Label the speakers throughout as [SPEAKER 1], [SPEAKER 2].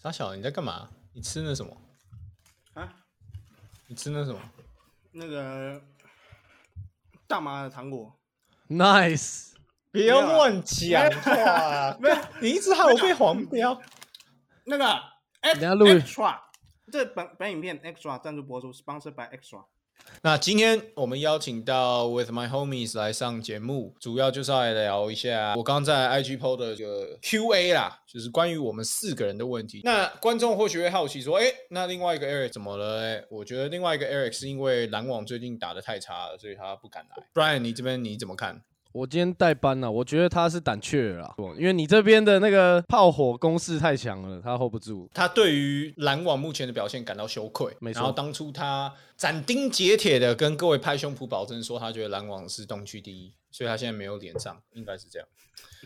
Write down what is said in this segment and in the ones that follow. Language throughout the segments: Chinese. [SPEAKER 1] 傻小，你在干嘛？你吃那什么？
[SPEAKER 2] 啊，
[SPEAKER 1] 你吃那什么
[SPEAKER 2] 那个大麻的糖果，
[SPEAKER 3] Nice，
[SPEAKER 1] 别乱讲话！啊
[SPEAKER 2] 没有
[SPEAKER 1] 你一直害我被黄标。
[SPEAKER 2] 那个
[SPEAKER 3] 等下录
[SPEAKER 2] extra，这本本影片 extra 赞助播出，sponsor by extra。
[SPEAKER 1] 那今天我们邀请到 With My Homies 来上节目，主要就是要来聊一下我刚在 IG PO 的这个 Q&A 啦，就是关于我们四个人的问题。那观众或许会好奇说，哎，那另外一个 Eric 怎么了嘞？我觉得另外一个 Eric 是因为篮网最近打得太差了，所以他不敢来。Brian，你这边你怎么看？
[SPEAKER 3] 我今天代班了、啊我觉得他是胆怯了啦，因为你这边的那个炮火攻势太强了，他 hold 不住。
[SPEAKER 1] 他对于篮网目前的表现感到羞愧。
[SPEAKER 3] 没错
[SPEAKER 1] 然后当初他斩钉截铁的跟各位拍胸脯保证说，他觉得篮网是东区第一，所以他现在没有脸上，应该是这样。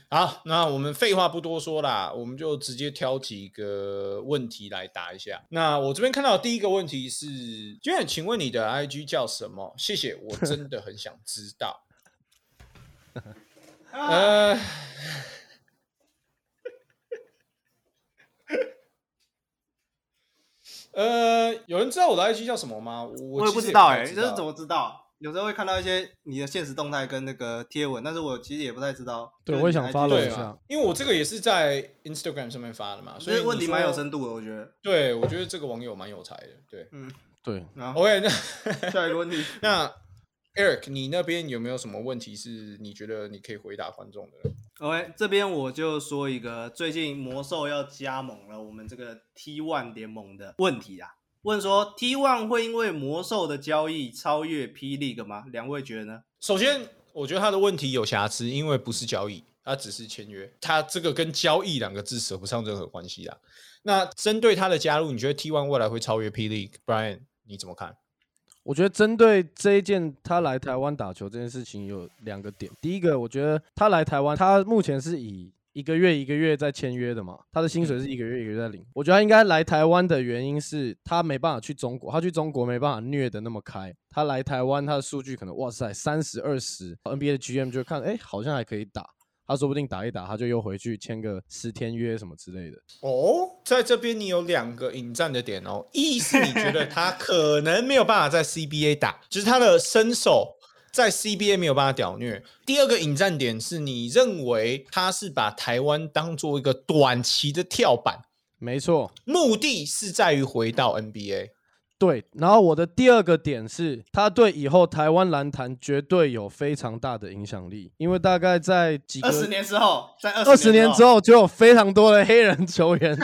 [SPEAKER 1] 好，那我们废话不多说啦，我们就直接挑几个问题来答一下。那我这边看到的第一个问题是，娟远，请问你的 IG 叫什么？谢谢，我真的很想知道。呃，呃，有人知道我的 IG 叫什么吗？我
[SPEAKER 2] 我
[SPEAKER 1] 我
[SPEAKER 2] 也
[SPEAKER 1] 其
[SPEAKER 2] 不
[SPEAKER 1] 实
[SPEAKER 2] 知道
[SPEAKER 1] 太
[SPEAKER 2] 哎、欸，
[SPEAKER 1] 知
[SPEAKER 2] 这是
[SPEAKER 1] 道
[SPEAKER 2] 怎么知道？有时候会看到一些你的现实动态跟那个贴文，但是我其实也不太知道。
[SPEAKER 3] 对
[SPEAKER 2] 就是
[SPEAKER 3] 我也想
[SPEAKER 2] 你的
[SPEAKER 3] follow
[SPEAKER 2] 对
[SPEAKER 1] 对
[SPEAKER 3] 一下
[SPEAKER 1] 啊，因为我这个也是在 Instagram 上面发的嘛，所
[SPEAKER 2] 所
[SPEAKER 1] 以
[SPEAKER 2] 以
[SPEAKER 1] 你
[SPEAKER 2] 问题
[SPEAKER 1] 说
[SPEAKER 2] 蛮有。深度的，我觉得。
[SPEAKER 1] 对，我觉得这个网友蛮有才的。 对
[SPEAKER 2] 嗯，
[SPEAKER 3] 对，
[SPEAKER 2] 然后
[SPEAKER 1] ，OK，那
[SPEAKER 2] 下一个问题，
[SPEAKER 1] 那 Eric，你那边有没有什么问题是你觉得你可以回答观众的呢？
[SPEAKER 2] OK，这边我就说一个最近魔兽要加盟了，我们这个 T One 联盟的问题啊，问说 T One 会因为魔兽的交易超越 P League 吗？两位觉得呢？
[SPEAKER 1] 首先，我觉得他的问题有瑕疵，因为不是交易，他只是签约，他这个跟交易两个字扯不上任何关系啦。那针对他的加入，你觉得 T1 未来会超越 P League？Brian，你怎么看？
[SPEAKER 3] 我觉得针对这一件他来台湾打球这件事情有两个点，第一个我觉得他来台湾，他目前是以一个月一个月在签约的嘛，他的薪水是一个月一个月在领。我觉得他应该来台湾的原因是他没办法去中国，他去中国没办法虐的那么开。他来台湾，他的数据可能哇塞三十二十，NBA 的 GM 就看哎、好像还可以打，他说不定打一打他就又回去签个十天约什么之类的。
[SPEAKER 1] 哦，在这边你有两个引战的点哦，一是你觉得他可能没有办法在 CBA 打，就是他的身手在 CBA 没有办法屌虐；第二个引战点是你认为他是把台湾当做一个短期的跳板，
[SPEAKER 3] 没错，
[SPEAKER 1] 目的是在于回到 NBA。
[SPEAKER 3] 对，然后我的第二个点是，他对以后台湾篮坛绝对有非常大的影响力，因为大概在几个
[SPEAKER 2] 二十年之后，在
[SPEAKER 3] 二
[SPEAKER 2] 二
[SPEAKER 3] 十年
[SPEAKER 2] 年
[SPEAKER 3] 之，后，就有非常多的黑人球 员，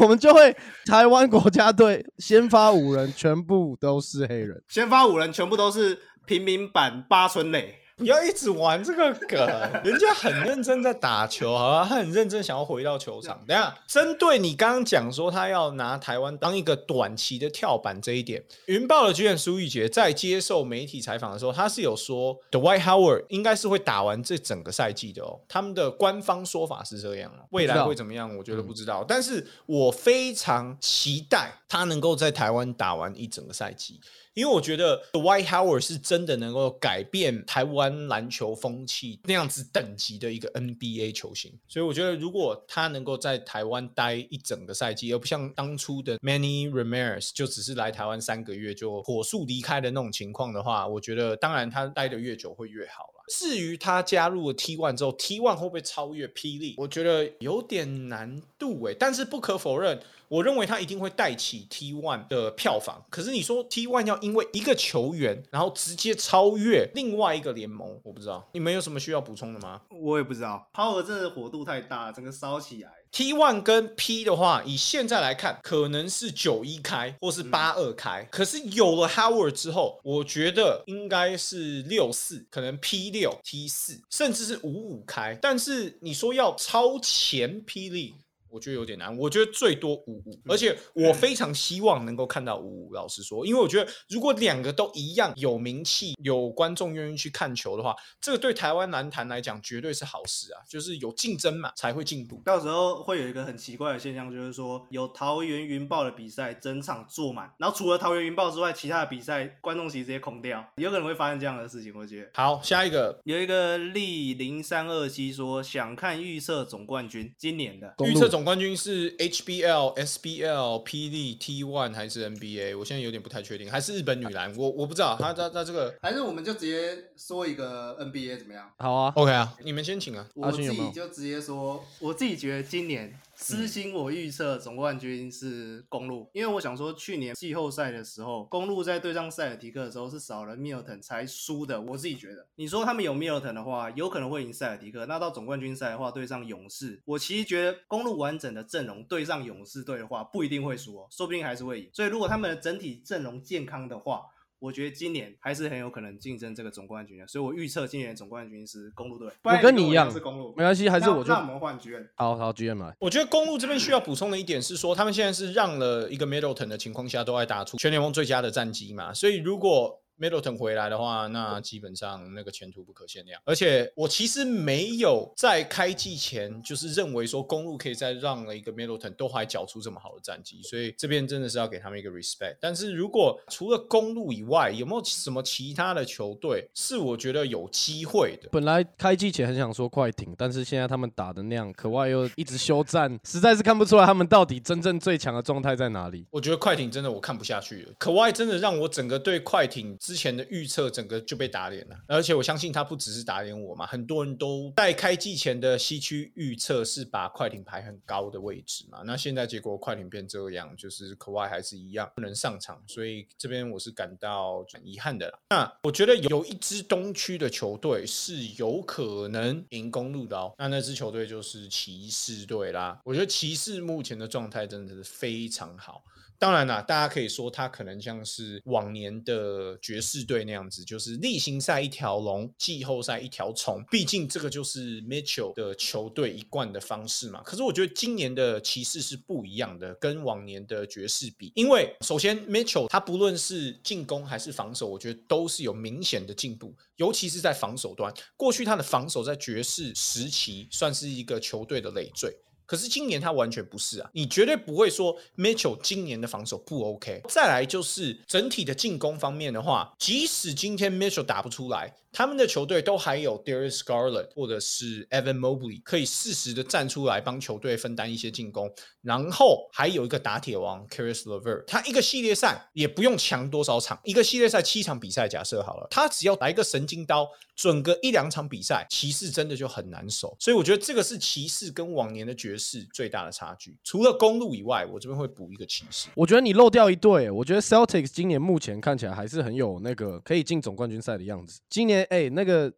[SPEAKER 3] 我们就会台湾国家队先发五人全部都是黑人，
[SPEAKER 2] 先发五人全部都是平民版八村垒，
[SPEAKER 1] 不要一直玩这个梗，人家很认真在打球，好吧，他很认真想要回到球场。等一下，针对你刚刚讲说他要拿台湾当一个短期的跳板这一点，云豹的局员苏玉杰在接受媒体采访的时候，他是有说 The White Howard 应该是会打完这整个赛季的哦。他们的官方说法是这样哦，未来会怎么样，我觉得不知道。但是我非常期待他能够在台湾打完一整个赛季。因为我觉得 The White Howard 是真的能够改变台湾篮球风气那样子等级的一个 NBA 球星，所以我觉得如果他能够在台湾待一整个赛季，而不像当初的 Manny Ramirez 就只是来台湾三个月就火速离开的那种情况的话，我觉得当然他待的越久会越好啦。至于他加入了 T One 之后，T One 会不会超越霹雳？我觉得有点难度诶、但是不可否认，我认为他一定会带起 T One 的票房。可是你说 T One 要因为一个球员，然后直接超越另外一个联盟，我不知道你们有什么需要补充的吗
[SPEAKER 2] 我也不知道，Power 真的火度太大，整个烧起来。
[SPEAKER 1] ？T One 跟 P 的话，以现在来看，可能是九一开或是八二开。可是有了 Howard 之后，我觉得应该是六四，可能 P 六、T 四，甚至是五五开。但是你说要超前霹雳，我我觉得有点难。我觉得最多五五，而且我非常希望能够看到五五。老实说，因为我觉得如果两个都一样有名气，有观众愿意去看球的话，这个对台湾篮坛来讲绝对是好事啊，就是有竞争嘛，才会进步。
[SPEAKER 2] 到时候会有一个很奇怪的现象，就是说有桃园云豹的比赛整场坐满，然后除了桃园云豹之外，其他的比赛观众席直接空掉，有可能会发生这样的事情。我觉得
[SPEAKER 1] 好，下一个
[SPEAKER 2] 有一个力零三二七说想看预测总冠军，今年的
[SPEAKER 3] 公
[SPEAKER 1] 预
[SPEAKER 3] 路
[SPEAKER 1] 测总冠军是 HBL、SBL、PD、T One 还是 NBA？我现在有点不太确定，还是日本女篮？我我不知道，他他他这个
[SPEAKER 4] 还是我们就直接说一个 NBA 怎么样？
[SPEAKER 3] 好啊，
[SPEAKER 1] OK 啊，你们先请啊。
[SPEAKER 4] 我
[SPEAKER 3] 勋
[SPEAKER 4] 自
[SPEAKER 3] 有没有
[SPEAKER 4] 己
[SPEAKER 3] 嗯
[SPEAKER 4] 就直接说，
[SPEAKER 2] 我自己觉得今年私心我预测总冠军是公路，因为我想说去年季后赛的时候，公路在对上塞尔提克的时候是少了 Milton 才输的。我自己觉得，你说他们有 Milton 的话，有可能会赢塞尔提克。那到总冠军赛的话，对上勇士，我其实觉得公路完整的阵容对上勇士队的话，不一定会输哦，说不定还是会赢。所以如果他们的整体阵容健康的话，我觉得今年还是很有可能竞争这个总冠军的，所以我预测今年的总冠军是公路队。
[SPEAKER 3] 我跟你
[SPEAKER 2] 不然
[SPEAKER 3] 一样
[SPEAKER 2] 是公路，
[SPEAKER 3] 没关系，还是
[SPEAKER 2] 那
[SPEAKER 3] 我就
[SPEAKER 2] 那我们换局员。
[SPEAKER 3] 好好 GM 来。
[SPEAKER 1] 我觉得公路这边需要补充的一点是说，他们现在是让了一个 Middleton 的情况下，都在打出全联盟最佳的战绩嘛，所以如果 Middleton 回来的话，那基本上那个前途不可限量。而且我其实没有在开季前就是认为说公路可以再让了一个 Middleton 都还缴出这么好的战绩，所以这边真的是要给他们一个 respect。但是如果除了公路以外，有没有什么其他的球队是我觉得有机会的？
[SPEAKER 3] 本来开季前很想说快艇，但是现在他们打的那样，可外又一直休战，实在是看不出来他们到底真正最强的状态在哪里。
[SPEAKER 1] 我觉得快艇真的我看不下去了，可外真的让我整个对快艇之前的预测整个就被打脸了，而且我相信他不只是打脸我嘛，很多人都在开季前的西区预测是把快艇排很高的位置嘛，那现在结果快艇变这样，就是可外还是一样不能上场，所以这边我是感到很遗憾的啦。那我觉得有一支东区的球队是有可能赢公路的哦，那那支球队就是骑士队啦。我觉得骑士目前的状态真的是非常好。当然啦，大家可以说他可能像是往年的爵士队那样子，就是例行赛一条龙，季后赛一条虫。毕竟这个就是 Mitchell 的球队一贯的方式嘛。可是我觉得今年的骑士是不一样的，跟往年的爵士比，因为首先 Mitchell 他不论是进攻还是防守，我觉得都是有明显的进步，尤其是在防守端。过去他的防守在爵士时期算是一个球队的累赘。可是今年他完全不是啊，你绝对不会说 Mitchell 今年的防守不 OK。再来就是整体的进攻方面的话，即使今天 Mitchell 打不出来，他们的球队都还有 Darius Garland 或者是 Evan Mobley 可以适时的站出来帮球队分担一些进攻。然后还有一个打铁王 Caris LeVert，他一个系列赛也不用强多少场，一个系列赛七场比赛假设好了，他只要来个神经刀，准个一两场比赛，骑士真的就很难守。所以我觉得这个是骑士跟往年的爵士最大的差距。除了公路以外，我这边会补一个骑士。
[SPEAKER 3] 我觉得你漏掉一队，我觉得 Celtics 今年目前看起来还是很有那个可以进总冠军赛的样子。今年哎、那个，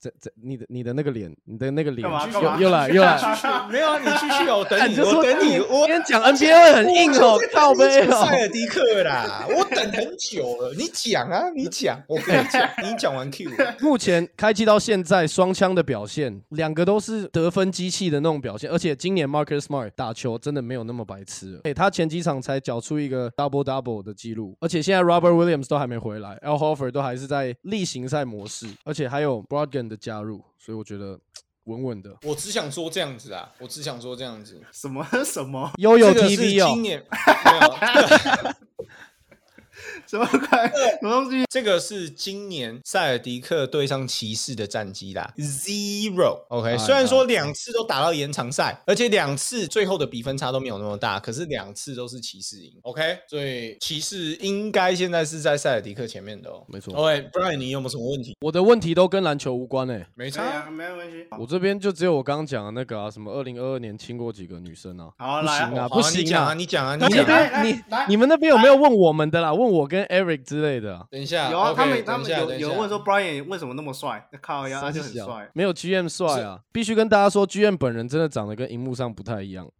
[SPEAKER 3] 这这你的你的那个脸，你的那个脸
[SPEAKER 2] 干嘛干嘛
[SPEAKER 3] 又又来又来，
[SPEAKER 1] 没有啊，你继续哦， 我等
[SPEAKER 3] 干
[SPEAKER 1] 你，
[SPEAKER 3] 就
[SPEAKER 1] 我
[SPEAKER 3] 说
[SPEAKER 1] 等你，哦我
[SPEAKER 3] 今 天讲 NBA 会很硬哦，靠背哦。
[SPEAKER 1] 塞尔迪克啦，我等很久了，你讲啊，你讲，我跟你讲，你讲完 Q 我。
[SPEAKER 3] 目前开季到现在，双枪的表现，两个都是得分机器的那种表现，而且今年 Marcus Smart 打球真的没有那么白痴了。哎、他前几场才缴出一个 double double 的记录，而且现在 Robert Williams 都还没回来，Al Horford 都还是在例行赛模式，而且还有 Brogdon 的加入，所以我觉得嘖稳稳的。
[SPEAKER 1] 我只想说这样子啊，我只想说这样子。
[SPEAKER 2] 什么 什么
[SPEAKER 3] 悠
[SPEAKER 1] 这
[SPEAKER 3] 悠
[SPEAKER 1] 个是
[SPEAKER 3] TV
[SPEAKER 1] 今
[SPEAKER 3] 哦，
[SPEAKER 1] 年没有，
[SPEAKER 2] 什么快什么东西？
[SPEAKER 1] 这个是今年塞尔迪克对上骑士的战绩啦，zero。OK，
[SPEAKER 3] 哎
[SPEAKER 1] 虽然说两次都打到延长赛，而且两次最后的比分差都没有那么大，可是两次都是骑士赢。OK，所以骑士应该现在是在塞尔迪克前面的哦。
[SPEAKER 3] 没错
[SPEAKER 1] OK，Brian，你有没有什么问题？
[SPEAKER 3] 我的问题都跟篮球无关哎、
[SPEAKER 1] 没
[SPEAKER 2] 对啊，
[SPEAKER 1] 差。
[SPEAKER 2] 没有关系。
[SPEAKER 3] 我这边就只有我刚刚讲的那个啊，什么二零二二年亲过几个女生啊，
[SPEAKER 2] 好，
[SPEAKER 3] 不
[SPEAKER 2] 来
[SPEAKER 3] 行
[SPEAKER 2] 啊，
[SPEAKER 3] 啊，
[SPEAKER 1] 好
[SPEAKER 3] 不
[SPEAKER 1] 你
[SPEAKER 3] 行
[SPEAKER 1] 讲
[SPEAKER 3] 啊
[SPEAKER 1] 啊，，你讲啊，你
[SPEAKER 3] 你
[SPEAKER 1] 讲
[SPEAKER 3] 那
[SPEAKER 1] 啊。
[SPEAKER 3] 边
[SPEAKER 2] 来
[SPEAKER 3] 你
[SPEAKER 2] 来
[SPEAKER 3] 你们那边有没有问我们的啦？问我跟 Eric 之类的啊。
[SPEAKER 1] 等一下，
[SPEAKER 2] 有啊
[SPEAKER 1] OK，
[SPEAKER 2] 他们他
[SPEAKER 1] 等一
[SPEAKER 2] 们
[SPEAKER 1] 下
[SPEAKER 2] 有
[SPEAKER 1] 等一
[SPEAKER 2] 有
[SPEAKER 1] 下
[SPEAKER 2] 人问说 Brian 为什么那么帅？那靠哎呀，他
[SPEAKER 3] 三
[SPEAKER 2] 就很
[SPEAKER 3] 小
[SPEAKER 2] 帅。
[SPEAKER 3] 没有 GM 帅啊！必须跟大家说，GM 本人真的长得跟荧幕上不太一样。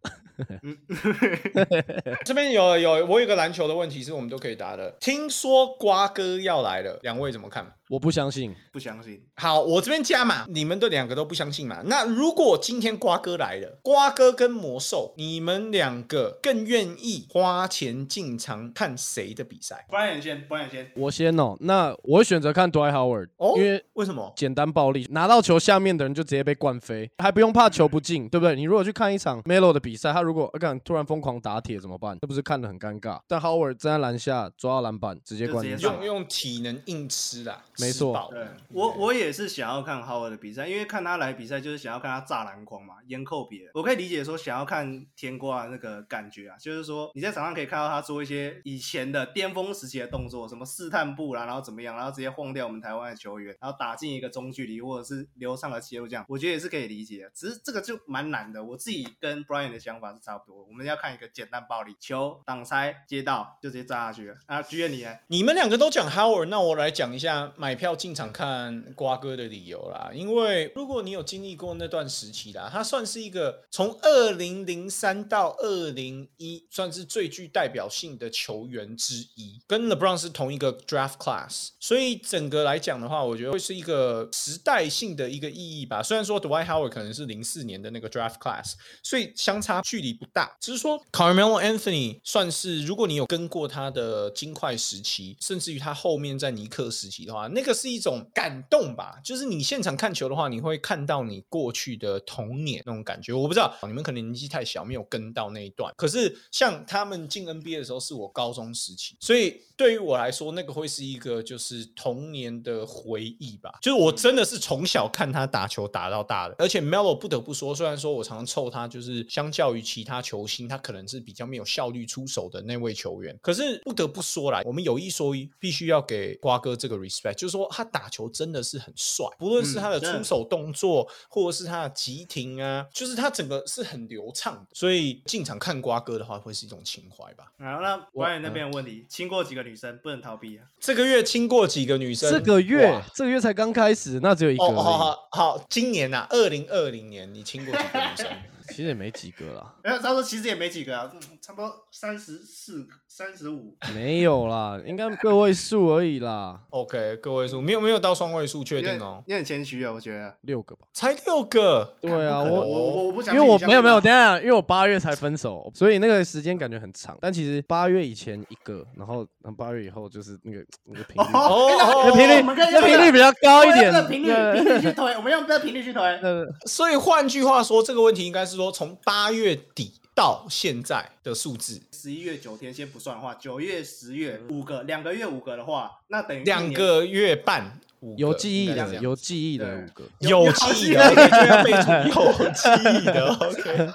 [SPEAKER 1] 这边有有我有个篮球的问题是我们都可以答的。听说瓜哥要来了，两位怎么看？
[SPEAKER 3] 我不相信，
[SPEAKER 2] 不相信，
[SPEAKER 1] 好，我这边加码，你们的两个都不相信嘛？那如果今天瓜哥来了，瓜哥跟魔兽，你们两个更愿意花钱进场看谁的比赛？
[SPEAKER 2] 不然眼先，不然眼先，
[SPEAKER 3] 我先哦，那我会选择看 Dwight Howard，、
[SPEAKER 1] 哦
[SPEAKER 3] 因为
[SPEAKER 1] 为什么？
[SPEAKER 3] 简单暴力，拿到球下面的人就直接被灌飞，还不用怕球不进，对不对？你如果去看一场 Melo 的比赛，他如果敢突然疯狂打铁怎么办？那不是看得很尴尬？但 Howard 站在篮下抓到篮板，直接
[SPEAKER 2] 就
[SPEAKER 3] 灌
[SPEAKER 2] 直接
[SPEAKER 3] 进去
[SPEAKER 2] 上。
[SPEAKER 1] 用用体能硬吃啦，
[SPEAKER 3] 没
[SPEAKER 1] 吃
[SPEAKER 3] 错
[SPEAKER 1] 饱
[SPEAKER 2] 对我我也是想要看 Howard 的比赛，因为看他来比赛就是想要看他炸篮筐嘛，严扣别人。我可以理解说想要看甜瓜的那个感觉啊，就是说你在场上可以看到他做一些以前的巅峰时期的动作，什么试探步啦，然后怎么样，然后直接晃掉我们台湾的球员，然后打进一个中距离或者是流畅的切入，这样我觉得也是可以理解的。只是这个就蛮难的，我自己跟 Brian 的想法是差不多，我们要看一个简单暴力，球挡拆接到就直接炸下去了。啊，剧院你呢？
[SPEAKER 1] 你们两个都讲 Howard，那我来讲一下买票进场看瓜哥的理由啦。因为如果你有经历过那段时期啦，他算是一个从二零零三到二零一，算是最具代表性的球员之一，跟 LeBron 是同一个 draft class，所以整个来讲的话，我觉得会是一个时代性的一个意义吧。虽然说 Dwight Howard 可能是零四年的那个 draft class，所以相差距离不大。只是说 Carmelo Anthony 算是，如果你有跟过他的金块时期，甚至于他后面在尼克时期的话，那个是一种感动吧。就是你现场看球的话，你会看到你过去的童年那种感觉。我不知道你们可能年纪太小，没有跟到那一段。可是像他们进 NBA 的时候，是我高中时期，所以对于我来说，那个会是一个就是童年的回忆吧。就是我真的是从小看他打球打到大的，而且 Melo 不得不说，虽然说我常常臭他，就是相较于其他球星，他可能是比较没有效率出手的那位球员。可是不得不说啦，我们有一说一，必须要给瓜哥这个 respect，就是说他打球真的是很帅，不论是他的
[SPEAKER 2] 嗯真的
[SPEAKER 1] 出手动作，或者是他的急停啊，就是他整个是很流畅的。所以进场看瓜哥的话，会是一种情怀吧。
[SPEAKER 2] 然后那 Brian 那
[SPEAKER 3] 嗯
[SPEAKER 2] 边的问题，亲过几个女生不能逃避啊？
[SPEAKER 1] 这个月亲过几个女生？
[SPEAKER 3] 这个月
[SPEAKER 1] 哇，
[SPEAKER 3] 这个月才刚开始，那只有一个而
[SPEAKER 1] 哦
[SPEAKER 3] 已，
[SPEAKER 1] 好好好，今年呐、啊，二零二零年你亲过几个女 生？
[SPEAKER 3] 其实也没几个啦，
[SPEAKER 2] 没有，他说其实也没几个啊，嗯差不多三十四、三十五。
[SPEAKER 3] 没有啦，应该个位数而已啦，
[SPEAKER 1] OK，个位数没有没有到双位数，确定哦，
[SPEAKER 2] 你很谦虚啊，我觉得。
[SPEAKER 3] 六个吧。
[SPEAKER 1] 才六个。
[SPEAKER 3] 对啊，
[SPEAKER 2] 我
[SPEAKER 1] 能
[SPEAKER 3] 我
[SPEAKER 2] 我我我不
[SPEAKER 3] 因
[SPEAKER 2] 想，
[SPEAKER 3] 为我没有没有，等一下，因为我八月才分手，所以那个时间感觉很长。但其实八月以前一个，然后然后八月以后就是那个那个频率，
[SPEAKER 1] 哦哦，
[SPEAKER 3] 哎那频率
[SPEAKER 2] 我们可以
[SPEAKER 3] 那频率比较高一点，
[SPEAKER 2] 我们用这个频率
[SPEAKER 3] 对
[SPEAKER 2] 频率去推，我们用这个频率去推。
[SPEAKER 3] 对对
[SPEAKER 1] 所以换句话说，这个问题应该是说从八月底到现在的数字，
[SPEAKER 2] 十一月九天先不算的话，九月、十
[SPEAKER 3] 嗯
[SPEAKER 2] 月五个，两个月五个的话，那等于一年
[SPEAKER 1] 两个月半，五个
[SPEAKER 3] 有记忆
[SPEAKER 1] 应该是
[SPEAKER 3] 的
[SPEAKER 1] 这样
[SPEAKER 3] 有记忆的
[SPEAKER 2] 对
[SPEAKER 3] 五个，
[SPEAKER 1] 有记忆的，你就要备注有记忆的。OK，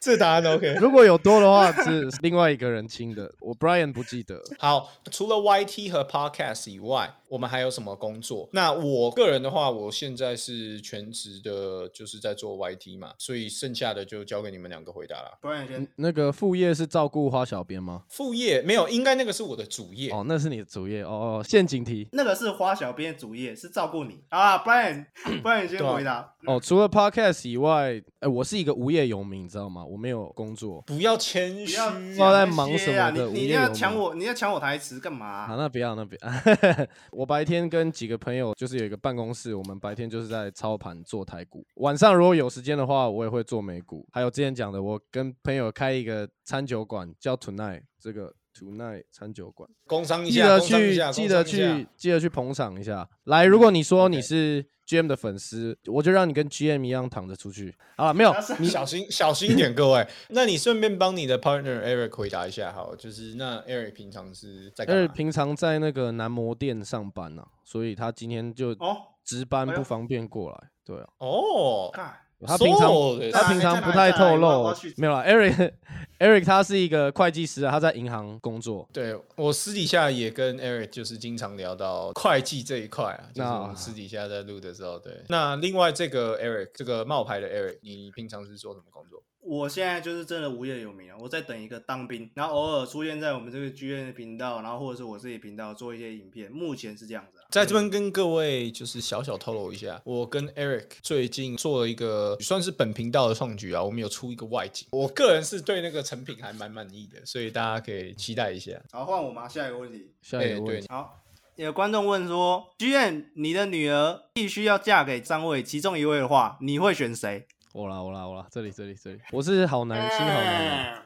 [SPEAKER 1] 这 答案 OK。
[SPEAKER 3] 如果有多的话是另外一个人亲的，我 Brian 不记得。
[SPEAKER 1] 好，除了 YT 和 Podcast 以外，我们还有什么工作？那我个人的话，我现在是全职的，就是在做 YT 嘛，所以剩下的就交给你们两个回答啦。
[SPEAKER 2] 不然先
[SPEAKER 3] 嗯那个副业是照顾花小编吗？
[SPEAKER 1] 副业没有，应该那个是我的主业。
[SPEAKER 3] 哦，那是你的主业哦哦，陷阱题
[SPEAKER 2] 那个是花小编的主业，是照顾你啊。不然不然你先
[SPEAKER 1] 对啊
[SPEAKER 2] 回答。
[SPEAKER 3] 哦。除了 podcast 以外，哎，我是一个无业游民，你知道吗？我没有工作。
[SPEAKER 1] 不要谦
[SPEAKER 2] 不
[SPEAKER 1] 虚，
[SPEAKER 2] 要
[SPEAKER 3] 知道在
[SPEAKER 2] 讲那
[SPEAKER 3] 忙
[SPEAKER 2] 些
[SPEAKER 3] 什么
[SPEAKER 2] 啊
[SPEAKER 3] 的
[SPEAKER 2] 你
[SPEAKER 3] 无
[SPEAKER 2] 你
[SPEAKER 3] 业游
[SPEAKER 2] 要
[SPEAKER 3] 民
[SPEAKER 2] 抢我，你要抢我台词干嘛
[SPEAKER 3] 啊，
[SPEAKER 2] 啊？
[SPEAKER 3] 那不要，那不要。 我白天跟几个朋友就是有一个办公室，我们白天就是在操盘做台股，晚上如果有时间的话，我也会做美股。还有之前讲的，我跟朋友开一个餐酒馆，叫 Tonight 这个 Tonight 餐酒馆，
[SPEAKER 1] 工商一
[SPEAKER 3] 记
[SPEAKER 1] 下，
[SPEAKER 3] 得
[SPEAKER 1] 工商一
[SPEAKER 3] 去
[SPEAKER 1] 下，
[SPEAKER 3] 记
[SPEAKER 1] 工
[SPEAKER 3] 得
[SPEAKER 1] 商一下
[SPEAKER 3] 去。记得去捧场一下。来，如果你说
[SPEAKER 1] OK
[SPEAKER 3] 你是 GM 的粉丝，我就让你跟 GM 一样躺着出去。好了，没有，
[SPEAKER 1] 你小心小心一点，各 位。那你顺便帮你的 partner Eric 回答一下，好了，就是那 Eric 平常是在
[SPEAKER 3] 因
[SPEAKER 1] 干
[SPEAKER 3] 为
[SPEAKER 1] 嘛？
[SPEAKER 3] 平常在那个男模店上班呐、所以他今天就
[SPEAKER 2] 哦，
[SPEAKER 3] 值班
[SPEAKER 2] 哎呦
[SPEAKER 3] 不方便过来。对啊。
[SPEAKER 1] 哦，
[SPEAKER 2] 干。
[SPEAKER 3] 他平常
[SPEAKER 1] So, 对
[SPEAKER 3] 他平常不太
[SPEAKER 1] 啊
[SPEAKER 2] 再来
[SPEAKER 3] 透
[SPEAKER 2] 再来我
[SPEAKER 3] 露
[SPEAKER 2] 要去，
[SPEAKER 3] 没有啦 Eric Eric 他是一个会计师啊，他在银行工作。
[SPEAKER 1] 对我私底下也跟 Eric 就是经常聊到会计这一块啊，就是我们
[SPEAKER 3] 那
[SPEAKER 1] 私底下在录的时候，对。那另外这个 Eric 这个冒牌的 Eric，你平常是做什么工作？
[SPEAKER 2] 我现在就是真的无业游民啊，我在等一个当兵，然后偶尔出现在我们这个剧院的频道，然后或者是我自己频道做一些影片，目前是这样子啦。啊
[SPEAKER 1] 在这边跟各位就是小小透露一下，我跟 Eric 最近做了一个算是本频道的创举啊，我们有出一个外景，我个人是对那个成品还蛮满意的，所以大家可以期待一下。
[SPEAKER 4] 好，换我吗？下一个问题，
[SPEAKER 3] 下一
[SPEAKER 1] 哎
[SPEAKER 3] 个
[SPEAKER 1] 对
[SPEAKER 3] 问题，
[SPEAKER 2] 好，有观众问说，G N，你的女儿必须要嫁给张伟其中一位的话，你会选谁？
[SPEAKER 3] 我啦我啦我啦，这里这里这里，我是好男啊心好
[SPEAKER 1] 哎
[SPEAKER 3] 男
[SPEAKER 4] 哎
[SPEAKER 3] 人，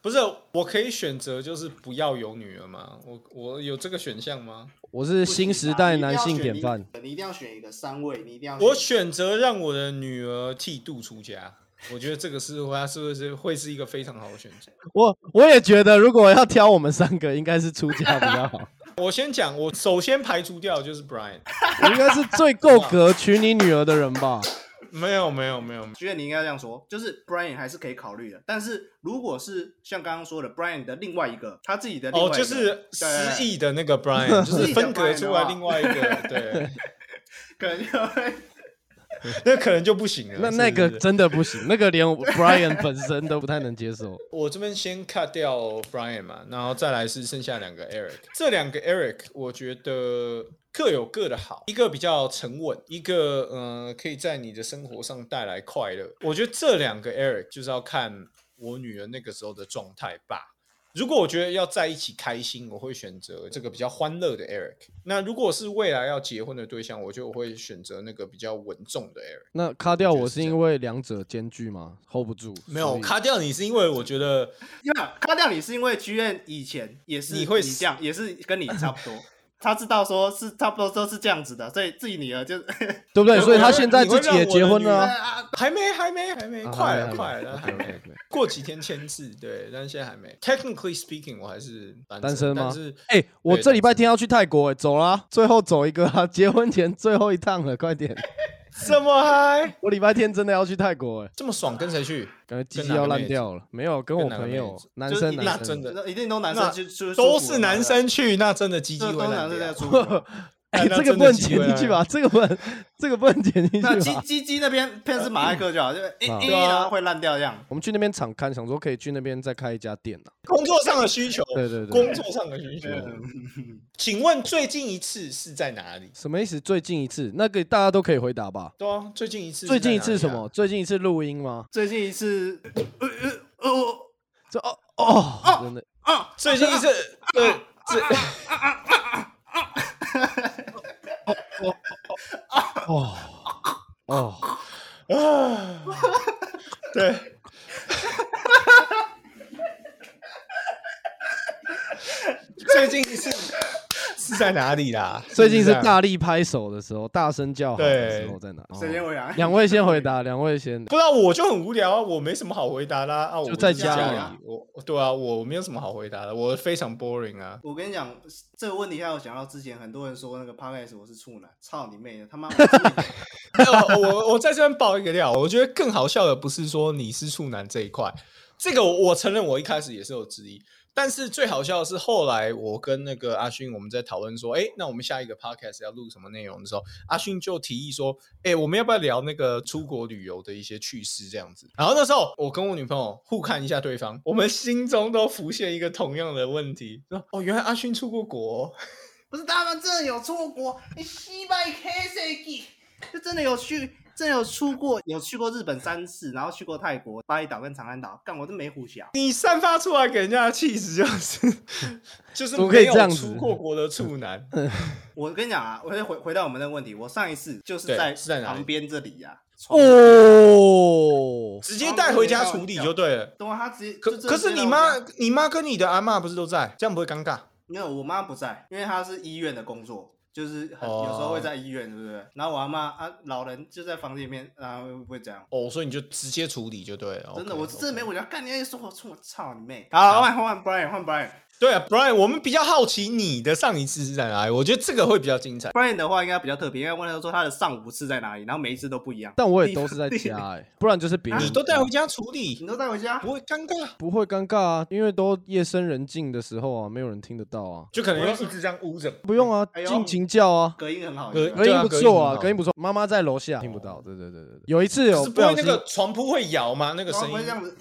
[SPEAKER 1] 不是，我可以选择就是不要有女儿吗？我我有这个选项吗？
[SPEAKER 3] 我是
[SPEAKER 4] 不行
[SPEAKER 3] 新
[SPEAKER 4] 啊
[SPEAKER 3] 时代男性典范。，
[SPEAKER 4] 你一定要选一个你一定要选一个三位，你一定要
[SPEAKER 1] 我
[SPEAKER 4] 选
[SPEAKER 1] 选择让我的女儿剃度出家，我觉得这个是会是不是会是一个非常好的选择。
[SPEAKER 3] 我我也觉得，如果要挑我们三个，应该是出家比 较好，
[SPEAKER 1] 我先讲，我首先排除掉的就是 Brian，
[SPEAKER 3] 你应该是最够格娶你女儿的人吧？
[SPEAKER 1] 啊没有没有没有，
[SPEAKER 2] 觉得你应该这样说，就是 Brian 还是可以考虑的，但是如果是像刚刚说的 Brian 的另外一个，他自己的另外
[SPEAKER 1] 哦
[SPEAKER 2] 一，个
[SPEAKER 1] 就是失，忆的那个 Brian，
[SPEAKER 2] 失
[SPEAKER 1] 就
[SPEAKER 2] 忆的
[SPEAKER 1] 是分隔
[SPEAKER 2] Brian
[SPEAKER 1] 出
[SPEAKER 2] 的
[SPEAKER 1] 来
[SPEAKER 2] 话
[SPEAKER 1] 另外一个，对，
[SPEAKER 2] 对可能就会
[SPEAKER 1] 那可能就不行了。
[SPEAKER 3] 那
[SPEAKER 1] 是
[SPEAKER 3] 那个
[SPEAKER 1] 不是
[SPEAKER 3] 真的不行，那个连 Brian 本身都不太能接受。
[SPEAKER 1] 我这边先 cut 掉 Brian 嘛，然后再来是剩下两个 Eric。这两个 Eric 我觉得各有各的好，一个比较沉稳，一个嗯、呃可以在你的生活上带来快乐。我觉得这两个 Eric 就是要看我女儿那个时候的状态吧。如果我觉得要在一起开心，我会选择这个比较欢乐的 Eric。那如果是未来要结婚的对象，我就会选择那个比较稳重的 Eric。
[SPEAKER 3] 那卡掉我是
[SPEAKER 1] 我觉得是这样
[SPEAKER 3] 因为两者兼具嘛，hold 不住。
[SPEAKER 1] 没有
[SPEAKER 3] 所以
[SPEAKER 1] 卡掉你是因为我觉得
[SPEAKER 2] 呀，卡掉你是因为 G N 以前也是
[SPEAKER 1] 你会
[SPEAKER 2] 这样，也是跟你差不 多。他知道说是差不多都是这样子的，所以自己女儿就
[SPEAKER 3] 对不对？
[SPEAKER 1] 我
[SPEAKER 3] 所以他
[SPEAKER 1] 我
[SPEAKER 3] 现在
[SPEAKER 1] 你会
[SPEAKER 3] 自
[SPEAKER 1] 让
[SPEAKER 3] 己也
[SPEAKER 1] 我
[SPEAKER 3] 结
[SPEAKER 1] 的
[SPEAKER 3] 婚
[SPEAKER 1] 女
[SPEAKER 3] 了 啊。
[SPEAKER 2] 啊
[SPEAKER 1] 还没，还没，还没，
[SPEAKER 3] 啊
[SPEAKER 1] 快了，
[SPEAKER 3] 还没
[SPEAKER 1] 快了，还
[SPEAKER 3] OK
[SPEAKER 1] 没
[SPEAKER 3] OK。OK。
[SPEAKER 1] 过几天签字，对，但现在还没。Technically speaking，我还是
[SPEAKER 3] 单身吗
[SPEAKER 1] 但是
[SPEAKER 3] 哎、我
[SPEAKER 1] 对
[SPEAKER 3] 这礼拜天要去泰国、哎，走啦，最后走一个啊， 结婚前最后一趟了，快点！
[SPEAKER 1] 这么嗨，
[SPEAKER 3] 我礼拜天真的要去泰国、哎，
[SPEAKER 1] 这么爽，跟谁去？
[SPEAKER 3] 感觉鸡
[SPEAKER 1] 跟
[SPEAKER 3] 鸡
[SPEAKER 1] 哪
[SPEAKER 3] 要
[SPEAKER 1] 个
[SPEAKER 3] 烂
[SPEAKER 1] 妹
[SPEAKER 3] 掉了。没有，跟我
[SPEAKER 1] 跟哪个
[SPEAKER 3] 朋
[SPEAKER 1] 妹
[SPEAKER 3] 友
[SPEAKER 1] 子，
[SPEAKER 3] 男
[SPEAKER 2] 就是
[SPEAKER 3] 生
[SPEAKER 2] 一
[SPEAKER 3] 男
[SPEAKER 1] 那
[SPEAKER 3] 生
[SPEAKER 1] 真 的
[SPEAKER 2] 一定都男
[SPEAKER 1] 那
[SPEAKER 2] 生去出，
[SPEAKER 1] 都
[SPEAKER 2] 出
[SPEAKER 1] 是
[SPEAKER 2] 国嘛
[SPEAKER 1] 男，生去，那真的鸡鸡
[SPEAKER 2] 这
[SPEAKER 1] 会
[SPEAKER 2] 都
[SPEAKER 1] 烂
[SPEAKER 2] 男生
[SPEAKER 1] 掉。
[SPEAKER 2] 在 出国。
[SPEAKER 3] 哎、
[SPEAKER 1] 哎那
[SPEAKER 3] 这个
[SPEAKER 1] 真
[SPEAKER 3] 不
[SPEAKER 1] 的
[SPEAKER 3] 能
[SPEAKER 1] 机
[SPEAKER 3] 剪
[SPEAKER 1] 会
[SPEAKER 3] 进去
[SPEAKER 1] 啊
[SPEAKER 3] 吧？ 这个不能，这个不能剪进
[SPEAKER 2] 那
[SPEAKER 3] 去
[SPEAKER 2] 鸡
[SPEAKER 3] 吧？
[SPEAKER 2] 鸡鸡那边片是马赛克 就好，就一
[SPEAKER 3] 啊
[SPEAKER 2] 一然后会烂掉这样。
[SPEAKER 3] 我们去那边场看，想说可以去那边再开一家店呢、
[SPEAKER 1] 工作上的需求，
[SPEAKER 3] 对对对
[SPEAKER 1] 哦工作上的需求。请问最近一次是在哪里？
[SPEAKER 3] 什么意思？最近一次，那个大家都可以回答吧。
[SPEAKER 1] 对啊，最近一次是在哪里啊，
[SPEAKER 3] 最近一次什么？最近一次录音吗？
[SPEAKER 2] 最近一次，呃呃呃
[SPEAKER 3] 这哦哦，真的
[SPEAKER 2] 啊，
[SPEAKER 1] 最近一次， 对，这
[SPEAKER 3] 哦哦，
[SPEAKER 1] 对。最近一次是在哪里啊啦？
[SPEAKER 3] 最近是
[SPEAKER 1] 在
[SPEAKER 3] 大力拍手的时候，大声叫好的时候在哪？哦
[SPEAKER 2] 谁先回答？
[SPEAKER 3] 两位先回答，两位先。
[SPEAKER 1] 不知道，我就很无聊啊，我没什么好回答啦啊，我
[SPEAKER 3] 就在
[SPEAKER 1] 是
[SPEAKER 3] 家
[SPEAKER 1] 家
[SPEAKER 2] 嘛
[SPEAKER 1] 里，我我对啊，我没有什么好回答的，我非常 boring 啊。
[SPEAKER 2] 我跟你讲，这个问题让我想到之前很多人说那个 podcast 我是处男，操你妹的， 他妈！我是处女
[SPEAKER 1] 没有我我在这边爆一个料，我觉得更好笑的不是说你是处男这一块，这个我我承认我一开始也是有质疑，但是最好笑的是后来我跟那个阿勋我们在讨论说，哎、那我们下一个 podcast 要录什么内容的时候，阿勋就提议说，哎、我们要不要聊那个出国旅游的一些趣事这样子？然后那时候我跟我女朋友互看一下对方，我们心中都浮现一个同样的问题，说哦，原来阿勋出过国哦、
[SPEAKER 2] 不是他们真的有出国，你西拜 K C G，就真的有去，真的有出过，有去过日本三次，然后去过泰国巴厘岛跟长安岛，干我真没胡想。
[SPEAKER 1] 你散发出来给人家的气质就是 就是
[SPEAKER 3] 怎么可以
[SPEAKER 1] 没有
[SPEAKER 3] 这样
[SPEAKER 1] 出
[SPEAKER 3] 子
[SPEAKER 1] 过国的处男，
[SPEAKER 2] 我跟你讲啊，我再回回到我们那个问题，我上一次就是
[SPEAKER 1] 对
[SPEAKER 2] 在
[SPEAKER 1] 是在哪里
[SPEAKER 2] 旁边这里呀、啊。
[SPEAKER 3] 哦，
[SPEAKER 1] 直接带回家处理就对了。
[SPEAKER 2] 对啊，他直接
[SPEAKER 1] 可
[SPEAKER 2] 就真的
[SPEAKER 1] 可是
[SPEAKER 2] 直接
[SPEAKER 1] 你
[SPEAKER 2] 让我
[SPEAKER 1] 妈
[SPEAKER 2] 家
[SPEAKER 1] 你妈跟你的阿嬷不是都在，这样不会尴尬？
[SPEAKER 2] 没有，我妈不在，因为她是医院的工作，就是很、有时候会在医院，对不对？然后我阿妈啊，老人就在房间里面，啊，会不会这样？
[SPEAKER 1] 哦，所以你就直接处理就对了。
[SPEAKER 2] 真的
[SPEAKER 1] OK，
[SPEAKER 2] 我
[SPEAKER 1] OK
[SPEAKER 2] 真的没我要干，你还说我冲我操你妹！好，换换 Brian，换 Brian，Brian
[SPEAKER 1] 对啊，Brian，我们比较好奇你的上一次是在哪里，我觉得这个会比较精彩。
[SPEAKER 2] 的话应该比较特别，因为问他说他的上午是在哪里，然后每一次都不一样。
[SPEAKER 3] 但我也都是在家哎，不然就是别人
[SPEAKER 1] 你都带回家处理，
[SPEAKER 2] 你都带回家，
[SPEAKER 1] 不会尴尬？
[SPEAKER 3] 不会尴尬啊，因为都夜深人静的时候啊，没有人听得到啊。
[SPEAKER 1] 就可能要一直这样捂着。
[SPEAKER 3] 不用啊
[SPEAKER 2] 哎，呦
[SPEAKER 3] 尽情叫啊，
[SPEAKER 2] 隔音很好，
[SPEAKER 1] 隔
[SPEAKER 2] 有没有
[SPEAKER 3] 隔音
[SPEAKER 1] 对啊
[SPEAKER 3] 不
[SPEAKER 1] 隔音
[SPEAKER 3] 错
[SPEAKER 1] 很
[SPEAKER 3] 啊，
[SPEAKER 1] 好
[SPEAKER 3] 隔音不错。妈妈在楼下听不到，对对对对对。有一次
[SPEAKER 1] 可
[SPEAKER 3] 有
[SPEAKER 1] 是不
[SPEAKER 3] 小
[SPEAKER 1] 会
[SPEAKER 3] 心
[SPEAKER 1] 那个床铺会摇吗？那个
[SPEAKER 2] 然后
[SPEAKER 1] 声
[SPEAKER 2] 会
[SPEAKER 1] 音
[SPEAKER 2] 这样子，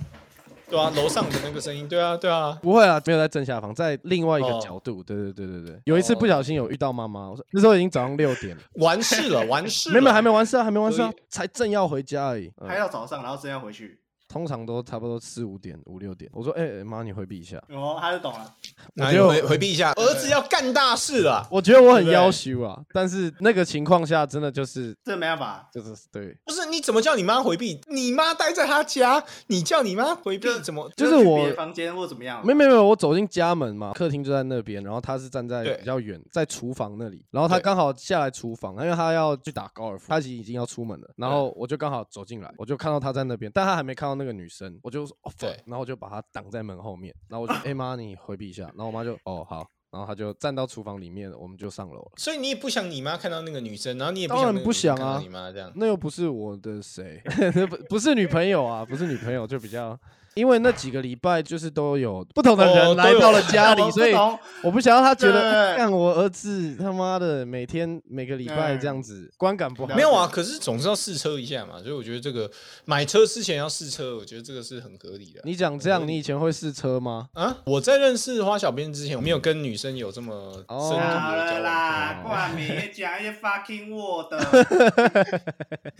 [SPEAKER 1] 对啊，楼上的那个声音，对啊，对啊，
[SPEAKER 3] 不会啊，没有在正下方，在另外一个
[SPEAKER 1] 哦
[SPEAKER 3] 角度。对对对对对，有一次不小心有遇到妈妈，我说那时候已经早上六点了，
[SPEAKER 1] 完事 了，完事
[SPEAKER 3] 没有没有还
[SPEAKER 1] 没
[SPEAKER 3] 没完事啊，还没完事啊
[SPEAKER 2] 所，
[SPEAKER 3] 才正要回家而已。嗯
[SPEAKER 2] 拍到早上，然后真要回去。
[SPEAKER 3] 通常都差不多四五点、五六点。我说：“哎、哎妈，你回避一 下。
[SPEAKER 2] 哦，他就懂了，
[SPEAKER 1] 来
[SPEAKER 3] 我就
[SPEAKER 1] 哎回回避一下，儿子要干大事了”。
[SPEAKER 3] 我觉得我很
[SPEAKER 1] 对不对
[SPEAKER 3] 要求啊，但是那个情况下真的就是
[SPEAKER 2] 这没办法，
[SPEAKER 3] 就是对，
[SPEAKER 1] 不是，你怎么叫你妈回避？你妈待在她家，你叫你妈回避，怎么？
[SPEAKER 3] 就是
[SPEAKER 2] 就去
[SPEAKER 3] 我
[SPEAKER 2] 别的房间或怎么样，
[SPEAKER 3] 没没没，我走进家门嘛，客厅就在那边，然后他是站在
[SPEAKER 1] 对
[SPEAKER 3] 比较远，在厨房那里，然后他
[SPEAKER 1] 对
[SPEAKER 3] 刚好下来厨房，因为他要去打高尔夫，他其实已经要出门了，然后我就刚好走进来，我就看到他在那边，但他还没看到那个女生，我就说哦，
[SPEAKER 1] 对
[SPEAKER 3] fuck，然后我就把他挡在门后面，然后我就哎妈，你回避一下，然后我妈就哦好。然后他就站到厨房里面，我们就上楼了。
[SPEAKER 1] 所以你也不想你妈看到那个女生，然后你也
[SPEAKER 3] 当然
[SPEAKER 1] 那个
[SPEAKER 3] 不
[SPEAKER 1] 女生
[SPEAKER 3] 想
[SPEAKER 1] 看到
[SPEAKER 3] 啊
[SPEAKER 1] 你妈这样。
[SPEAKER 3] 那又不是我的谁， 那不不是女朋友啊，不是女朋友就比较，因为那几个礼拜就是都有不同的
[SPEAKER 1] 哦
[SPEAKER 3] 人
[SPEAKER 1] 都
[SPEAKER 3] 来
[SPEAKER 1] 有哦
[SPEAKER 3] 到了家
[SPEAKER 2] 我
[SPEAKER 3] 里，
[SPEAKER 2] 不
[SPEAKER 3] 所以
[SPEAKER 2] 懂
[SPEAKER 3] 我不想要他觉得哎
[SPEAKER 2] 对
[SPEAKER 3] 干我儿子他妈的每天每个礼拜这样
[SPEAKER 1] 嗯
[SPEAKER 3] 子，观感不好
[SPEAKER 2] 了解。
[SPEAKER 1] 没有啊，可是总是要试车一下嘛，所以我觉得这个买车之前要试车，我觉得这个是很合理的。
[SPEAKER 3] 你讲这样，你以前会试车吗？
[SPEAKER 1] 啊，我在认识花小编之前，我没有跟女生有这么深度
[SPEAKER 3] 哦
[SPEAKER 2] 好
[SPEAKER 1] 的
[SPEAKER 2] 了
[SPEAKER 1] 交
[SPEAKER 2] 啦，
[SPEAKER 1] 往。
[SPEAKER 2] 冠冕也讲一些 fucking word，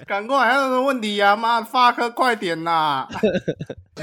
[SPEAKER 2] 赶 快还有什么问题啊？妈，fuck，快点啦！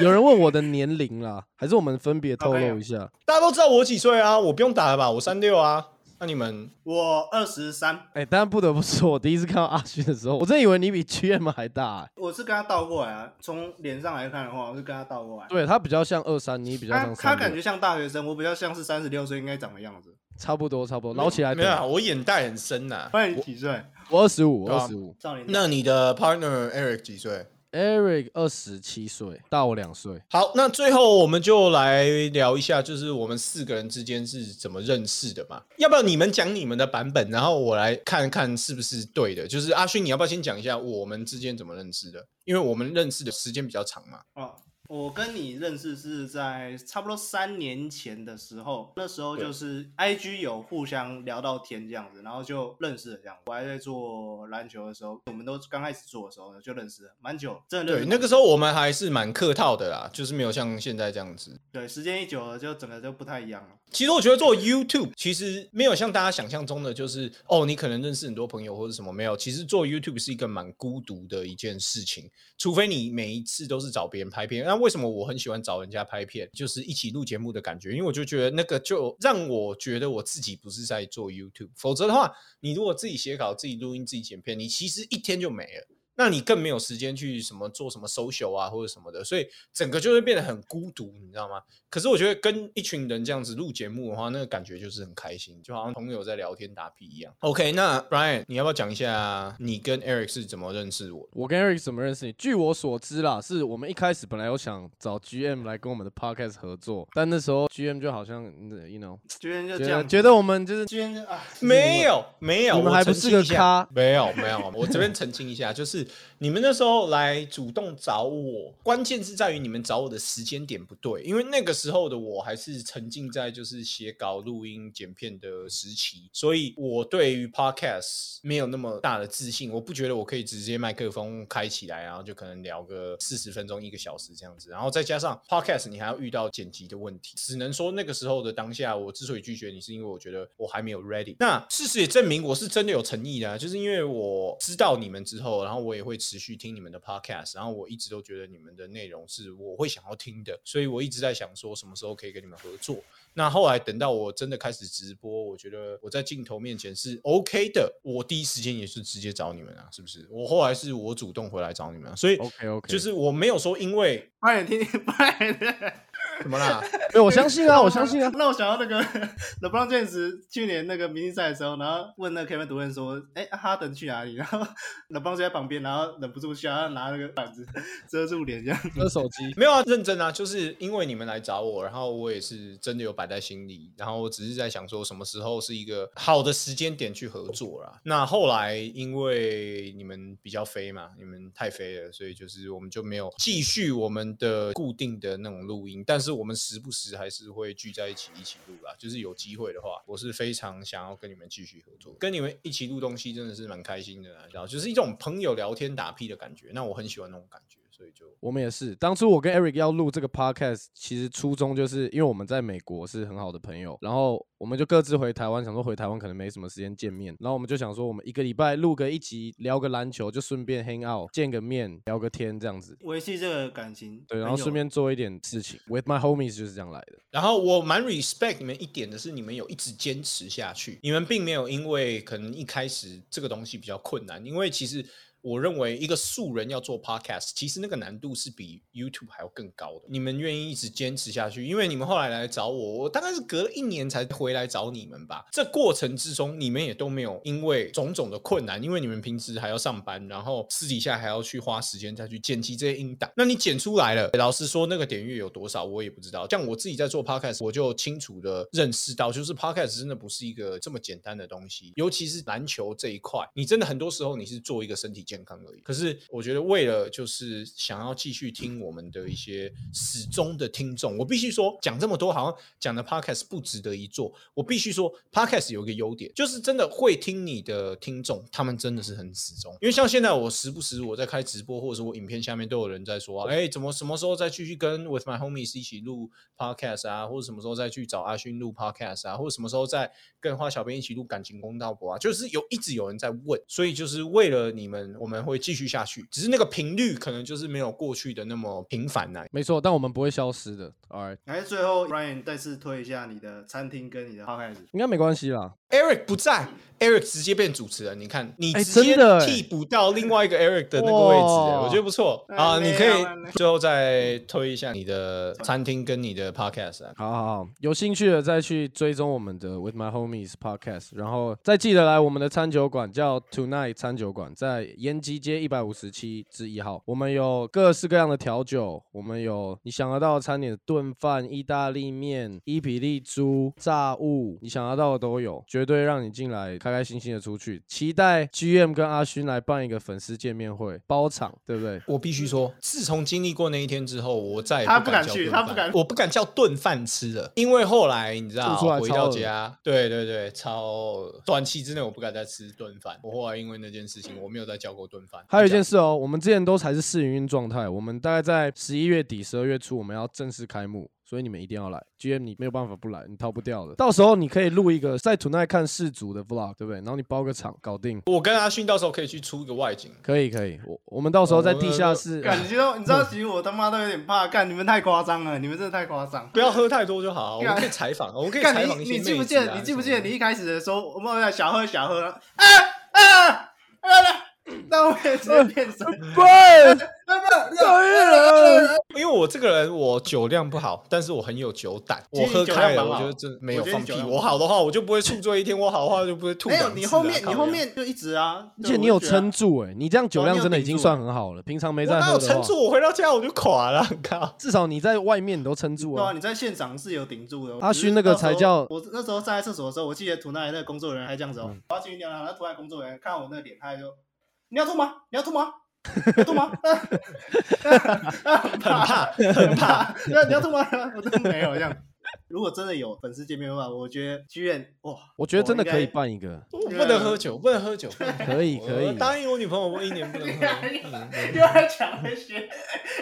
[SPEAKER 3] 有人问我的年龄啦，还是我们分别透露一下？
[SPEAKER 1] 大家都知道我几岁啊，我不用打了吧，我三六啊。那你们
[SPEAKER 2] 我二十三，
[SPEAKER 3] 哎，当然不得不说，我第一次看到阿勋的时候，我真以为你比 GM 还大哎。
[SPEAKER 2] 我是跟他倒过来啊，从脸上来看的话，我是跟他倒过来。
[SPEAKER 3] 对他比较像二三，你比较
[SPEAKER 2] 他
[SPEAKER 3] 像
[SPEAKER 2] 他
[SPEAKER 3] 三
[SPEAKER 2] 感
[SPEAKER 3] 六，
[SPEAKER 2] 觉像大学生，我比较像是三十六岁应该长的样子。
[SPEAKER 3] 差不多差不多，捞起来
[SPEAKER 1] 没有、啊，我眼袋很深呐、
[SPEAKER 2] 那你几岁？
[SPEAKER 3] 我二十五，
[SPEAKER 1] 对啊
[SPEAKER 3] 二十五
[SPEAKER 2] 少年
[SPEAKER 1] 那你的 partner Eric 几岁？
[SPEAKER 3] ，Eric 二十七岁，大我两岁。
[SPEAKER 1] 好，那最后我们就来聊一下，就是我们四个人之间是怎么认识的嘛？要不要你们讲你们的版本，然后我来看看是不是对的？就是阿勋，你要不要先讲一下我们之间怎么认识的？因为我们认识的时间比较长嘛。
[SPEAKER 2] 哦，我跟你认识是在差不多三年前的时候，那时候就是 I G 有互相聊到天这样子，然后就认识了这样。我还在做篮球的时候，我们都刚开始做的时候就认识了，蛮久，真的认
[SPEAKER 1] 对，
[SPEAKER 2] 识
[SPEAKER 1] 那个时候我们还是蛮客套的啦，就是没有像现在这样子。
[SPEAKER 2] 对时间一久了，就整个就不太一样了。
[SPEAKER 1] 其实我觉得做 YouTube 其实没有像大家想象中的，就是哦，你可能认识很多朋友或者什么没有。其实做 YouTube 是一个蛮孤独的一件事情，除非你每一次都是找别人拍片。那为什么我很喜欢找人家拍片，就是一起录节目的感觉？因为我就觉得那个就让我觉得我自己不是在做 YouTube，否则的话，你如果自己写稿、自己录音、自己剪片，你其实一天就没了。那你更没有时间去什么做什么 social 啊或者什么的，所以整个就会变得很孤独，你知道吗？可是我觉得跟一群人这样子录节目的话，那个感觉就是很开心，就好像朋友在聊天打屁一样。OK，那 Brian，你要不要讲一下你跟 Eric 是怎么认识我的？
[SPEAKER 3] 我跟 Eric 怎么认识你？据我所知啦，是我们一开始本来有想找 GM 来跟我们的 podcast 合作，但那时候 GM 就好像嗯，you know，
[SPEAKER 2] 居然就
[SPEAKER 3] 觉
[SPEAKER 2] 这
[SPEAKER 3] 得
[SPEAKER 2] 样，
[SPEAKER 3] 觉得我 们就是
[SPEAKER 2] 居然就啊，
[SPEAKER 1] 没有，没有，
[SPEAKER 3] 你们还不是个
[SPEAKER 1] 我澄清一下
[SPEAKER 3] 咖
[SPEAKER 1] 没有，没有。我这边澄清一下， 就是你们那时候来主动找我，关键是在于你们找我的时间点不对，因为那个时候的我还是沉浸在就是写稿、录音、剪片的时期，所以我对于 podcast 没有那么大的自信，我不觉得我可以直接麦克风开起来，然后就可能聊个四十分钟、一个小时这样子，然后再加上 podcast 你还要遇到剪辑的问题，只能说那个时候的当下，我之所以拒绝你，是因为我觉得我还没有 ready。那事实也证明我是真的有诚意的、啊，就是因为我知道你们之后，然后我也会持续听你们的 podcast，然后我一直都觉得你们的内容是我会想要听的，所以我一直在想说什么时候可以跟你们合作。那后来等到我真的开始直播，我觉得我在镜头面前是 OK 的，我第一时间也是直接找你们啊，是不是？我后来是我主动回来找你们、啊，所以
[SPEAKER 3] OK OK，
[SPEAKER 1] 就是我没有说因为
[SPEAKER 2] 快点听听，快点。，
[SPEAKER 1] 什么啦，
[SPEAKER 3] 没有我相信啊，我相信啊
[SPEAKER 2] 那我想到那个 LeBron James 去年那个明星赛的时候，然后问那个 Kevin 杜兰特说：“哎、哈登去哪里？”然后 LeBron 就在旁边，然后忍不住笑，然后拿那个板子 遮住脸这样。
[SPEAKER 3] 这手机。
[SPEAKER 1] 没有啊，认真啊，就是因为你们来找我，然后我也是真的有摆在心里，然后我只是在想说什么时候是一个好的时间点去合作啦。那后来因为你们比较飞嘛，你们太飞了，所以就是我们就没有继续我们的固定的那种录音，但是我们时不时还是会聚在一起一起录啦。就是有机会的话，我是非常想要跟你们继续合作，跟你们一啊起录东西真的是蛮开心的啦，然后就是一种朋友聊天打屁的感觉，那我很喜欢那种感觉。所以就
[SPEAKER 3] 我们也是，当初我跟 Eric 要录这个 podcast，其实初衷就是因为我们在美国是很好的朋友，然后我们就各自回台湾，想说回台湾可能没什么时间见面，然后我们就想说我们一个礼拜录个一集，聊个篮球，就顺便 hang out，见个面，聊个天这样子。
[SPEAKER 2] 维系这个感情。
[SPEAKER 3] 对，然
[SPEAKER 2] 很
[SPEAKER 3] 后
[SPEAKER 2] 有
[SPEAKER 3] 顺便做一点事情，with my homies 就是这样来的。
[SPEAKER 1] 然后我蛮 respect 你们一点的是，你们有一直坚持下去，你们并没有因为可能一开始这个东西比较困难，因为其实我认为一个素人要做 podcast，其实那个难度是比 YouTube 还要更高的。你们愿意一直坚持下去，因为你们后来来找我，我大概是隔了一年才回来找你们吧。这过程之中，你们也都没有因为种种的困难，因为你们平时还要上班，然后私底下还要去花时间再去剪辑这些音档。那你剪出来了，老实说，那个点阅有多少我也不知道。像我自己在做 podcast，我就清楚的认识到，就是 podcast 真的不是一个这么简单的东西，尤其是篮球这一块，你真的很多时候你是做一个身体健康而已。可是我觉得，为了就是想要继续听我们的一些始终的听众，我必须说，讲这么多好像讲的 podcast 不值得一做。我必须说，podcast 有一个优点，就是真的会听你的听众，他们真的是很始终。因为像现在我时不时我在开直播，或者是我影片下面都有人在说、啊，哎、怎么什么时候再继续跟 With My Homies 一起录 podcast 啊，或者什么时候再去找阿勋录 podcast 啊，或者什么时候再跟花小编一起录感情公道博啊，就是有一直有人在问，所以就是为了你们，我们会继续下去，只是那个频率可能就是没有过去的那么频繁啊啦、
[SPEAKER 3] 没错，但我们不会消失的。Alright，
[SPEAKER 2] 还是哎最后，Ryan 再次推一下你的餐厅跟你的 p o d
[SPEAKER 3] 应该没关系啦。
[SPEAKER 1] Eric 不在，Eric 直接变主持人，你看你
[SPEAKER 3] 哎
[SPEAKER 1] 直接
[SPEAKER 3] 真的哎
[SPEAKER 1] 替补到另外一个 Eric 的那个位置，
[SPEAKER 3] 哇
[SPEAKER 1] 我觉得不错
[SPEAKER 2] 哎
[SPEAKER 1] 啊。
[SPEAKER 2] 没
[SPEAKER 1] 你可以
[SPEAKER 2] 有啊没
[SPEAKER 1] 最后再推一下你的餐厅跟你的 podcast 啊。
[SPEAKER 3] 好好好，有兴趣的再去追踪我们的 With My Homies Podcast，然后再记得来我们的餐酒馆，叫 Tonight 餐酒馆，在延吉街一百五十七至一号。我们有各式各样的调酒，我们有你想得到的餐点，炖饭、意大利面、伊比利猪、炸物，你想得到的都有，绝对让你进来开开心心的出去。期待 GM 跟阿勋来办一个粉丝见面会，包场，对不对？
[SPEAKER 1] 我必须说，自从经历过那一天之后，我再也
[SPEAKER 2] 他
[SPEAKER 1] 不
[SPEAKER 2] 不
[SPEAKER 1] 敢
[SPEAKER 2] 敢
[SPEAKER 1] 叫
[SPEAKER 2] 去
[SPEAKER 1] 炖
[SPEAKER 2] 他
[SPEAKER 1] 饭
[SPEAKER 2] 不敢
[SPEAKER 1] 我不敢叫炖饭吃了，因为后来你知道，
[SPEAKER 3] 吐出来
[SPEAKER 1] 回
[SPEAKER 3] 超
[SPEAKER 1] 到
[SPEAKER 3] 恶
[SPEAKER 1] 家，对对对，超恶短期之内我不敢再吃炖饭。我后来因为那件事情，我没有再叫过炖饭。
[SPEAKER 3] 还有一
[SPEAKER 1] 这样
[SPEAKER 3] 件事哦，我们之前都还是试营运状态，我们大概在十一月底、十二月初我们要正式开幕，所以你们一定要来。GM 你没有办法不来，你逃不掉的。到时候你可以录一个在 Tonight 看世足的 Vlog，对不对？然后你包个场，搞定。
[SPEAKER 1] 我跟阿勋到时候可以去出一个外景。
[SPEAKER 3] 可以可以，我我们到时候在
[SPEAKER 1] 哦
[SPEAKER 3] 地下 室，
[SPEAKER 2] 干，你知道，你知道，其实我他妈都有点怕。干，你们太夸张了，你们真的太夸张。
[SPEAKER 1] 不要喝太多就好，我们
[SPEAKER 2] 干
[SPEAKER 1] 可以采访，我们可以采
[SPEAKER 2] 干，
[SPEAKER 1] 访
[SPEAKER 2] 你
[SPEAKER 1] 一些
[SPEAKER 2] 你记不
[SPEAKER 1] 妹
[SPEAKER 2] 记
[SPEAKER 1] 子啊
[SPEAKER 2] 得？你记不记得？
[SPEAKER 1] 什么
[SPEAKER 2] 你一开始的时候，我们要小喝小喝，然后啊啊啊！啊那我也直接变 身，
[SPEAKER 3] 对，
[SPEAKER 1] 的因为我这个人我酒量不好，但是我很有酒胆，
[SPEAKER 2] 其实
[SPEAKER 1] 我喝
[SPEAKER 2] 你酒
[SPEAKER 1] 开
[SPEAKER 2] 量
[SPEAKER 1] 了，
[SPEAKER 2] 蛮
[SPEAKER 1] 我
[SPEAKER 2] 好
[SPEAKER 1] 觉得真没有
[SPEAKER 2] 我觉得
[SPEAKER 1] 放
[SPEAKER 2] 你
[SPEAKER 1] 屁。
[SPEAKER 2] 酒量
[SPEAKER 1] 我好的话，我就不会宿醉一天；我好的话，就不会吐
[SPEAKER 2] 没
[SPEAKER 1] 两次啊。
[SPEAKER 2] 有，你后面你
[SPEAKER 1] 靠
[SPEAKER 2] 后
[SPEAKER 1] 腰
[SPEAKER 2] 面就一直啊，
[SPEAKER 3] 而且你有撑住哎、你这样酒
[SPEAKER 2] 哦
[SPEAKER 3] 量
[SPEAKER 2] 你有
[SPEAKER 3] 真的已
[SPEAKER 2] 顶
[SPEAKER 3] 经
[SPEAKER 2] 住
[SPEAKER 3] 算
[SPEAKER 2] 哎
[SPEAKER 3] 很好了。平常没
[SPEAKER 1] 我
[SPEAKER 3] 在
[SPEAKER 1] 哪
[SPEAKER 3] 喝
[SPEAKER 1] 有
[SPEAKER 3] 的
[SPEAKER 1] 撑
[SPEAKER 3] 话，
[SPEAKER 1] 住？我回到家我就垮了，靠！
[SPEAKER 3] 至少你在外面都撑住
[SPEAKER 2] 对啊，
[SPEAKER 3] 啊。
[SPEAKER 2] 你在现场是有顶住的。
[SPEAKER 3] 阿勋那个才叫
[SPEAKER 2] 我那时候站在厕所的时候，我记得图奈那个工作人员还这样子
[SPEAKER 3] 嗯
[SPEAKER 2] 哦，我要进去尿尿，那图奈工作人员看我那个脸，他还说：“你要吐吗？你要吐吗？ 你要吐吗？” 很
[SPEAKER 1] 很怕，很怕。
[SPEAKER 2] 怕，你要你要吐吗？ 我真的没有这样。如果真的有粉丝见面的话，我觉得剧院哇，
[SPEAKER 3] 我觉得真的
[SPEAKER 2] 我应
[SPEAKER 3] 可以
[SPEAKER 2] 该
[SPEAKER 3] 办一个，
[SPEAKER 1] 我不能喝酒，不能喝酒，不能喝酒
[SPEAKER 3] 可以可以
[SPEAKER 1] 我答应我女朋友，我一年不能喝。
[SPEAKER 2] 又要抢那些。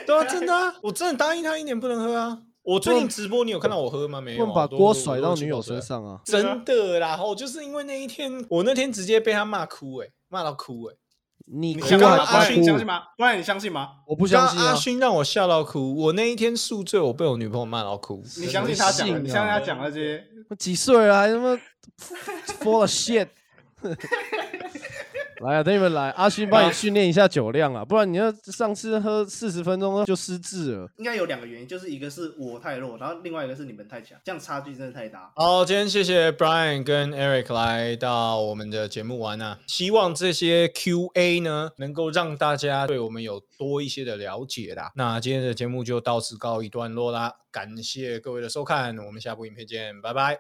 [SPEAKER 1] 对啊，真的啊，我真的答应她一年不能喝啊。我最近直播，你有看到我喝吗？没有
[SPEAKER 3] 问
[SPEAKER 1] 啊，
[SPEAKER 3] 把
[SPEAKER 1] 我都
[SPEAKER 3] 锅
[SPEAKER 1] 我都
[SPEAKER 3] 甩到
[SPEAKER 1] 去
[SPEAKER 3] 女
[SPEAKER 1] 泡
[SPEAKER 3] 友
[SPEAKER 1] 水
[SPEAKER 3] 身
[SPEAKER 1] 啊
[SPEAKER 3] 上啊。
[SPEAKER 1] 真的啦，我就是因为那一天，我那天直接被他骂哭、欸，骂到哭、欸，
[SPEAKER 3] 你
[SPEAKER 1] 你
[SPEAKER 3] 哭
[SPEAKER 1] 想
[SPEAKER 3] 还
[SPEAKER 1] 干嘛
[SPEAKER 2] 阿
[SPEAKER 3] 快
[SPEAKER 2] 勋
[SPEAKER 3] 哭
[SPEAKER 2] 你，相信吗？不然你相信吗？
[SPEAKER 3] 我不相
[SPEAKER 1] 刚
[SPEAKER 3] 信
[SPEAKER 1] 刚
[SPEAKER 3] 啊
[SPEAKER 1] 阿。勋让我笑到哭，我那一天宿醉，我被我女朋友骂到哭。
[SPEAKER 2] 你相信他讲的？
[SPEAKER 3] 信
[SPEAKER 2] 你相信
[SPEAKER 3] 啊
[SPEAKER 2] 他讲的这些？
[SPEAKER 3] 我几岁啊了还他妈 full of shit。来啊，等你们来，阿勋帮你训练一下酒量啊，不然你要上次喝四十分钟就失智了。
[SPEAKER 2] 应该有两个原因，就是一个是我太弱，然后另外一个是你们太强，这样差距真的太大。
[SPEAKER 1] 好，今天谢谢 Brian 跟 Eric 来到我们的节目玩啊，希望这些 Q&A 呢能够让大家对我们有多一些的了解啦。那今天的节目就到此告一段落啦，感谢各位的收看，我们下部影片见，拜拜。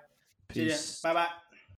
[SPEAKER 2] 谢谢，拜拜。